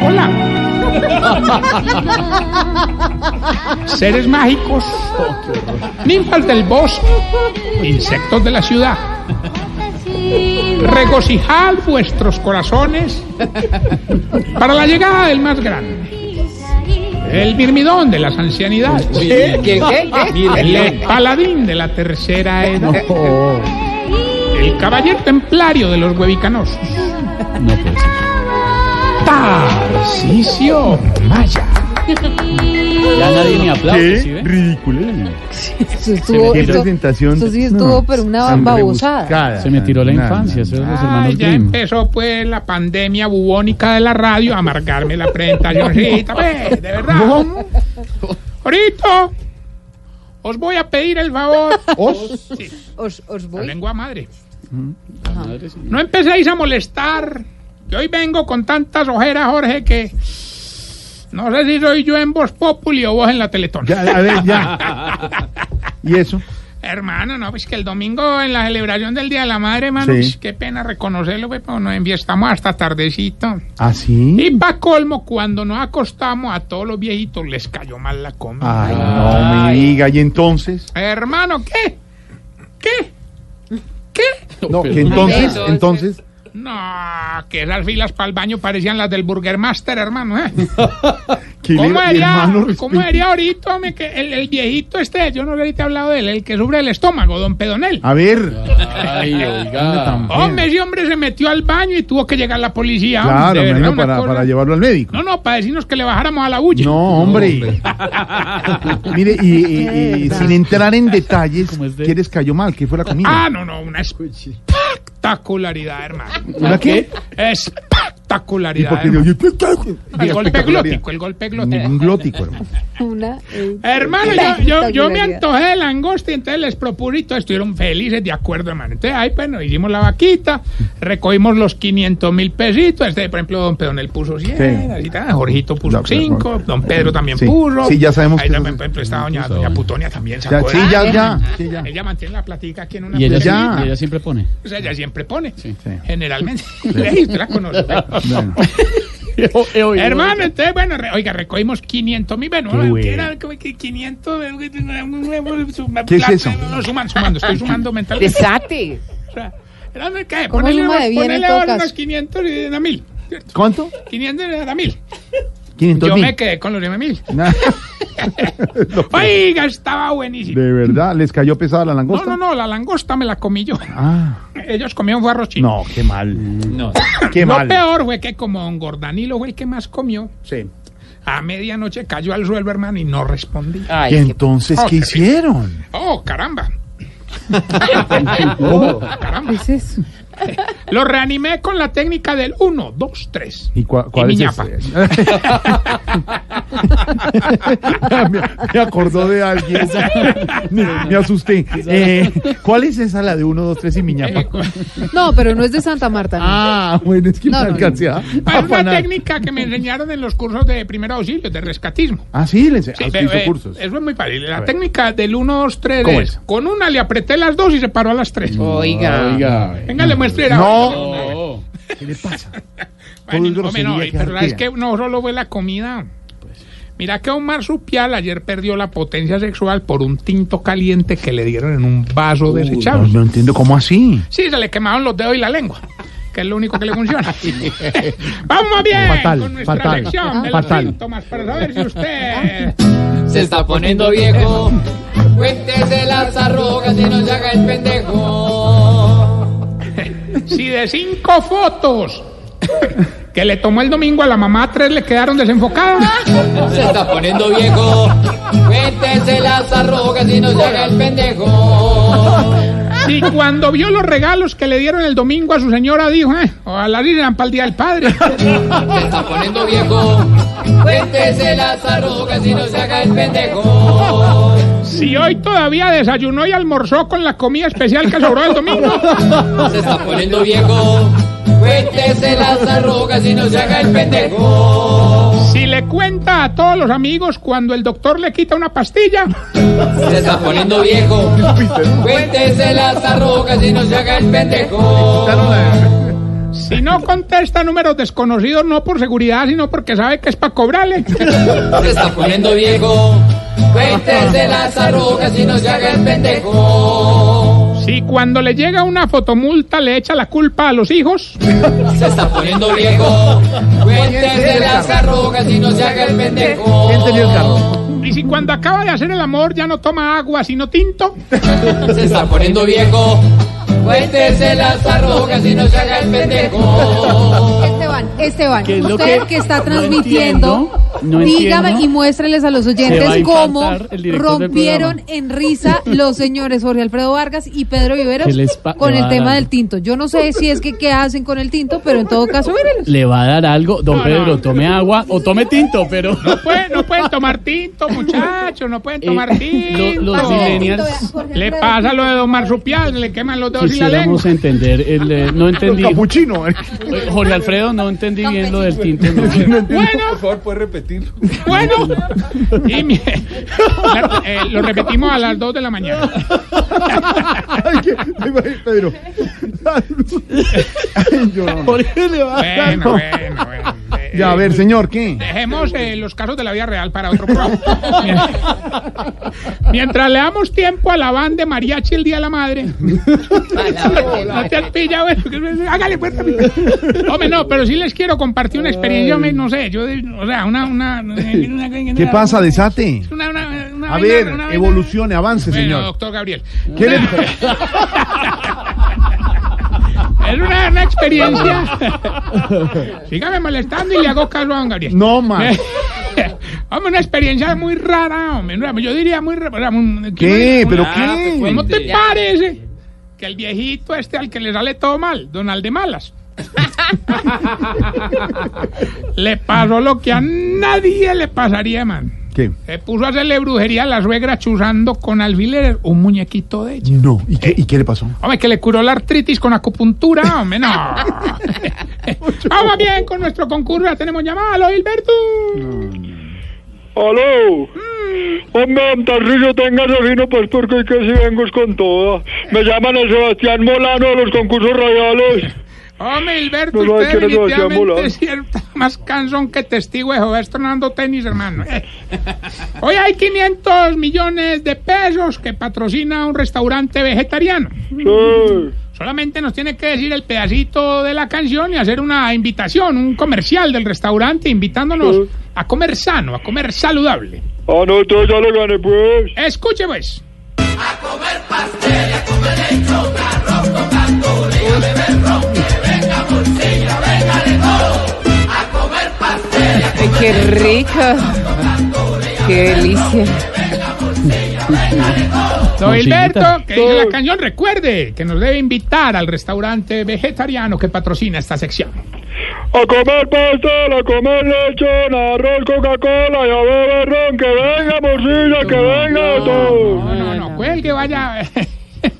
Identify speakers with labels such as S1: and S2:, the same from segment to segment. S1: Hola, seres mágicos, ninfas del bosque, insectos de la ciudad. Regocijad vuestros corazones para la llegada del más grande, el mirmidón de las ancianidades, el paladín de la tercera edad, el caballero templario de los huevicanosos. Tarcisio Maya.
S2: Ya nadie me aplaude, ¿sí
S3: Qué
S2: ve?
S3: ridículo.
S4: Eso estuvo,
S3: Qué
S4: esto,
S3: presentación.
S4: esto sí estuvo, pero una
S3: tan
S4: babosada.
S3: rebuscada.
S2: Se me tiró la
S3: No,
S2: infancia,
S3: no.
S2: eso es los
S1: Ay,
S2: hermanos
S1: Ah, ya
S2: Grimm.
S1: empezó pues la pandemia bubónica de la radio a marcarme la presentacióncita, pues, de verdad. Ahorita os voy a pedir el favor.
S3: Os.
S1: Sí,
S4: Os, os
S1: la
S4: voy.
S1: lengua madre.
S2: Mm. La madre, sí.
S1: No empecéis a molestar. que hoy vengo con tantas ojeras, Jorge, que no sé si soy yo en Voz Populi o vos en la Teletón.
S3: Ya, a ver, ya. ¿Y eso?
S1: Hermano, no, pues que el domingo en la celebración del Día de la Madre, hermano,
S3: Sí.
S1: pues, qué pena reconocerlo, pues, pero nos enviestamos hasta tardecito.
S3: ¿Así?
S1: Y pa' colmo, cuando nos acostamos a todos los viejitos les cayó mal la comida.
S3: Ay, no me diga. ¿Y entonces?
S1: Hermano, ¿qué? ¿Qué? ¿Qué?
S3: No,
S2: pero-
S3: que entonces, entonces.
S1: No, que esas filas para el baño parecían las del Burger Master, hermano. ¿eh?
S3: que le-
S1: ¿Cómo
S3: mi
S1: sería,
S3: hermano respeta.
S1: cómo sería ahorita, hombre, que el, el viejito este, yo no le he hablado de él, el que sufre el estómago, don Pedonel?
S3: A ver.
S2: Ay,
S3: Anda
S2: oiga.
S3: tan-
S1: Hombre, ese hombre se metió al baño y tuvo que llegar la policía. hombre,
S3: Claro,
S1: de verdad,
S3: menos
S1: una
S3: para,
S1: cosa-
S3: para llevarlo al médico.
S1: No, no, para decirnos que le bajáramos a la bulla.
S3: No, hombre. Mire, y, y- y sin entrar en detalles,
S2: ¿Cómo es de-
S3: ¿qué les cayó mal? ¿Qué fue la comida?
S1: Ah, no, no, una espectacularidad, hermano.
S3: ¿Una qué? ¿Y
S1: Espectacularidad.
S3: por qué
S1: hermano.
S3: digo, "¿Qué tal?"
S1: El golpe
S3: Espectacularidad.
S1: glótico, el golpe glótico.
S3: Ningún glótico, hermano.
S4: Una. eh,
S1: Hermano, yo, yo, yo me
S4: espectacularidad.
S1: antojé de langosta y entonces les propuse y todos estuvieron felices, de acuerdo, hermano. Entonces, ahí, bueno, hicimos la vaquita, recogimos los 500 mil pesitos. Este, por ejemplo, don Pedonel puso 100,
S3: Sí.
S1: así tal, Jorgito puso
S3: No, pero-
S1: 5, don Pedro también
S3: Sí.
S1: puso.
S3: Sí, ya sabemos
S1: Ahí
S3: que-
S1: también, por ejemplo, está doña, doña Putonia también
S3: Ya,
S1: sacó
S3: sí,
S1: de-
S3: ya, ya. sí, ya.
S1: Ella mantiene la platica aquí en una
S2: Y ella,
S1: platica.
S3: Ya.
S2: sí- y ella siempre pone.
S1: O sea, ella siempre pone.
S3: Sí.
S1: Generalmente. Usted la conoce, ¿verdad?
S3: Bueno,
S2: eh,
S1: Hermano, entonces, bueno, re- oiga, recogimos 500 mil. Bueno,
S3: Qué
S1: ¿qué
S3: bueno.
S1: era? ¿Cómo que eh, 500.
S3: ¿Qué es eso?
S1: No, suman, sumando, estoy sumando mentalmente.
S4: Desate.
S1: O sea, era de que
S4: ¿Cómo
S1: ponele,
S4: suma de bien en
S1: ponele
S4: todo
S1: ahora
S4: caso?
S1: unos 500 y a 1000. ¿cierto?
S3: ¿Cuánto?
S1: 500 y a 1000.
S3: 500
S1: Yo
S3: mil.
S1: me quedé con los de 1000.
S3: Nah. No,
S1: Oiga, estaba buenísimo.
S3: De verdad, ¿les cayó pesada la
S1: No,
S3: langosta?
S1: no, no, la langosta me la comí yo.
S3: Ah,
S1: Ellos comían fue arroz chino.
S3: no, qué mal.
S2: No.
S3: Qué
S1: Lo
S3: mal.
S1: peor fue que como don Gordanilo fue el que más comió,
S3: Sí.
S1: a medianoche cayó al suelo, hermano, y no respondí.
S3: ¿Y entonces
S1: Oh,
S3: qué
S1: qué
S3: hicieron?
S1: Oh, caramba. Oh.
S4: ¿Qué es eso?
S1: Lo reanimé con la técnica del 1, 2, 3.
S3: ¿Y cua- cuál
S1: mi
S3: es
S1: ñapa.
S3: ese? me, me acordó de alguien. me, me asusté. Eh, ¿Cuál es esa, la de 1, 2, 3 y mi ñapa?
S1: Eh,
S4: No, pero no es de Santa Marta. no.
S3: Ah, bueno, es que
S4: No,
S3: no,
S4: no,
S3: alcancé a
S1: Es una
S3: afanar.
S1: técnica que me enseñaron en los cursos de primer auxilio, de rescatismo.
S3: Ah, sí, les
S1: Sí,
S3: ah, usted
S1: pero,
S3: hizo
S1: eh,
S3: cursos.
S1: Eso es muy fácil. La
S3: ver.
S1: técnica del 1, 2, 3
S3: ¿Cómo
S1: es,
S3: es? Mm.
S1: con una le apreté las dos y se paró a las tres.
S2: Oiga.
S1: Venga, le muestre. la-
S3: No.
S2: No.
S3: ¿Qué le pasa?
S1: Bueno,
S3: Todo es
S1: hombre, no,
S3: grosería que
S1: pero es que
S3: arquea.
S1: no solo fue la comida. Mira que un marsupial ayer perdió la potencia sexual por un tinto caliente que le dieron en un vaso
S3: No,
S1: desechable.
S3: no entiendo cómo así.
S1: Sí, se le quemaron los dedos y la lengua, que es lo único que le funciona. Vamos bien
S3: Fatal,
S1: con nuestra
S3: fatal,
S1: lección de
S3: fatal.
S1: los síntomas para saber si usted...
S5: Se está poniendo viejo. Cuéntese las arrugas y no se haga el pendejo.
S1: si de cinco fotos que le tomó el domingo a la mamá, tres le quedaron desenfocadas.
S5: Se está poniendo viejo. Cuéntese las arrugas y no se haga el pendejo.
S1: Si cuando vio los regalos que le dieron el domingo a su señora dijo, eh, ojalá irán para el Día del Padre.
S5: Se está poniendo viejo. Cuéntese las arrugas y no se haga el pendejo.
S1: Si hoy todavía desayunó y almorzó con la comida especial que sobró el domingo.
S5: Se está poniendo viejo. Cuéntese las arrugas y no se haga el pendejo.
S1: Si le cuenta a todos los amigos cuando el doctor le quita una pastilla.
S5: Se está poniendo viejo. Cuéntese las arrugas y no se haga el pendejo.
S1: Si no contesta números desconocidos, no por seguridad, sino porque sabe que es para cobrarle.
S5: Se está poniendo viejo. Cuéntese las arrugas y no se haga el pendejo.
S1: Si cuando le llega una fotomulta le echa la culpa a los hijos.
S5: Se está poniendo viejo. Cuéntese las arrugas y no se haga el pendejo.
S3: ¿Quién tenía el carro?
S1: Y si cuando acaba de hacer el amor ya no toma agua, sino tinto.
S5: Se está poniendo viejo. Cuéntese las arrugas y no se haga el pendejo.
S4: Esteban, Esteban,
S2: ¿Qué es lo
S4: usted que,
S2: que-
S4: está
S2: no
S4: transmitiendo,
S2: entiendo, no
S4: dígame
S2: entiendo?
S4: y muéstreles a los
S2: Se va a
S4: oyentes
S2: infartar
S4: cómo
S2: el director del
S4: rompieron
S2: programa.
S4: en risa los señores Jorge Alfredo Vargas y Pedro Viveros
S2: ¿Qué les pa- Ah.
S4: con
S2: le va
S4: el
S2: a
S4: tema
S2: dar?
S4: del tinto. Yo no sé si es que qué hacen con el tinto, pero en todo caso, mírenlos.
S2: Le va a dar algo, don
S1: No,
S2: Pedro,
S1: no.
S2: tome agua o tome tinto, pero...
S1: No pueden, no pueden tomar tinto, muchachos, no pueden
S2: Eh,
S1: tomar tinto.
S2: lo- los millennials
S1: Le pasa lo de Don Marsupial, le queman los dedos y la lengua.
S2: Quisiéramos entender, el, eh, no entendí,
S3: Capuchino.
S2: Jorge Alfredo, no entendí bien lo del tinto. no.
S1: Bueno. Por favor, puedes repetirlo. Bueno. Y mi- la- eh, lo repetimos a las 2 de la mañana.
S3: Ay, que- ay, ay, Pedro. Ay, yo no.
S2: Jorge le va a dar-
S1: Bueno, bueno, bueno. Eh,
S3: Ya, a ver, señor, ¿qué?
S1: Dejemos eh, los casos de la vida real para otro programa. Mientras le damos tiempo a la banda de mariachi el Día de la Madre. No te has pillado eso. Hágale, pues. Hombre, no, pero sí les quiero compartir una experiencia, hombre, no sé, yo, de- o sea, una... una,
S3: ¿Qué pasa? Desate.
S1: Una, una- una
S3: A
S1: vaina-
S3: ver,
S1: una vaina-
S3: evolucione, avance,
S1: Bueno,
S3: señor.
S1: doctor Gabriel.
S3: ¿Qué le-
S1: Es una, una experiencia. Sígame molestando y le hago caso a don Gabriel.
S3: No, más.
S1: Hombre, una experiencia muy rara, hombre. una- Yo diría muy rara. o sea, un-
S3: ¿Qué?
S1: una-
S3: ¿Pero
S1: ¿Cómo
S3: qué?
S1: te parece que el viejito este al que le sale todo mal, Donald de Malas, le pasó lo que a nadie le pasaría, man?
S3: ¿Qué?
S1: Se puso a hacerle brujería a la suegra chuzando con alfileres un muñequito de ella.
S3: No. ¿Y qué, ¿Y qué le pasó?
S1: Hombre, que le curó la artritis con acupuntura, hombre, no. Vamos bien con nuestro concurso, ya tenemos llamada, ¿aló, Gilberto.
S6: Aló. Hombre, Antarrillo, tenga ese vino, pues porque hoy que si vengo es con toda. Me llaman el Sebastián Molano de los concursos radiales.
S1: Hombre, Gilberto,
S6: No, no,
S1: usted
S6: es que no se hacía
S1: definitivamente
S6: molar.
S1: es cierto, más cansón que testigo de Jehová estrenando tenis, hermano. Eh. Hoy hay 500 millones de pesos que patrocina un restaurante vegetariano.
S6: Sí.
S1: Solamente nos tiene que decir el pedacito de la canción y hacer una invitación, un comercial del restaurante invitándonos
S6: Sí.
S1: a comer sano, a comer saludable.
S6: Ah, no, entonces ya lo gané, pues.
S1: Escuche, pues.
S7: Ay, qué rico. Qué delicia.
S1: Don Gilberto,
S2: Monchillita.
S1: que dice la canción, recuerde que nos debe invitar al restaurante vegetariano que patrocina esta sección.
S6: A comer pastel, a comer lechón, arroz, Coca-Cola y a beber ron. Que venga, morcilla, que venga de todo.
S1: No, no, no, cuelgue, vaya.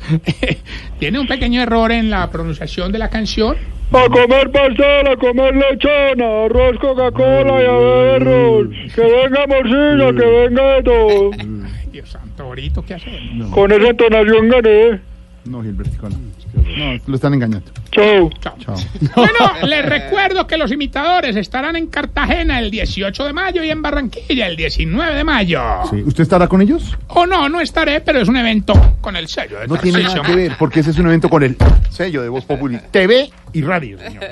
S1: Tiene un pequeño error en la pronunciación de la canción.
S6: A comer pastel, a comer lechón, arroz, Coca-Cola y a beber ron. Que venga, morcilla, que venga de todo.
S1: Ay, Dios santo, Borito, ¿qué hacemos?
S6: Con esa entonación gané.
S3: No, Gilbertico, no. No, lo están engañando.
S6: Chao.
S1: Chao.
S3: Chao.
S1: Bueno, les recuerdo que los imitadores estarán en Cartagena el 18 de mayo y en Barranquilla el 19 de mayo.
S3: Sí. ¿Usted estará con ellos?
S1: O no, no estaré, pero es un evento con el sello de
S3: No tiene
S1: Tarcisio
S3: nada que ver, porque ese es un evento con el sello de Voz Populi TV y radio, señor.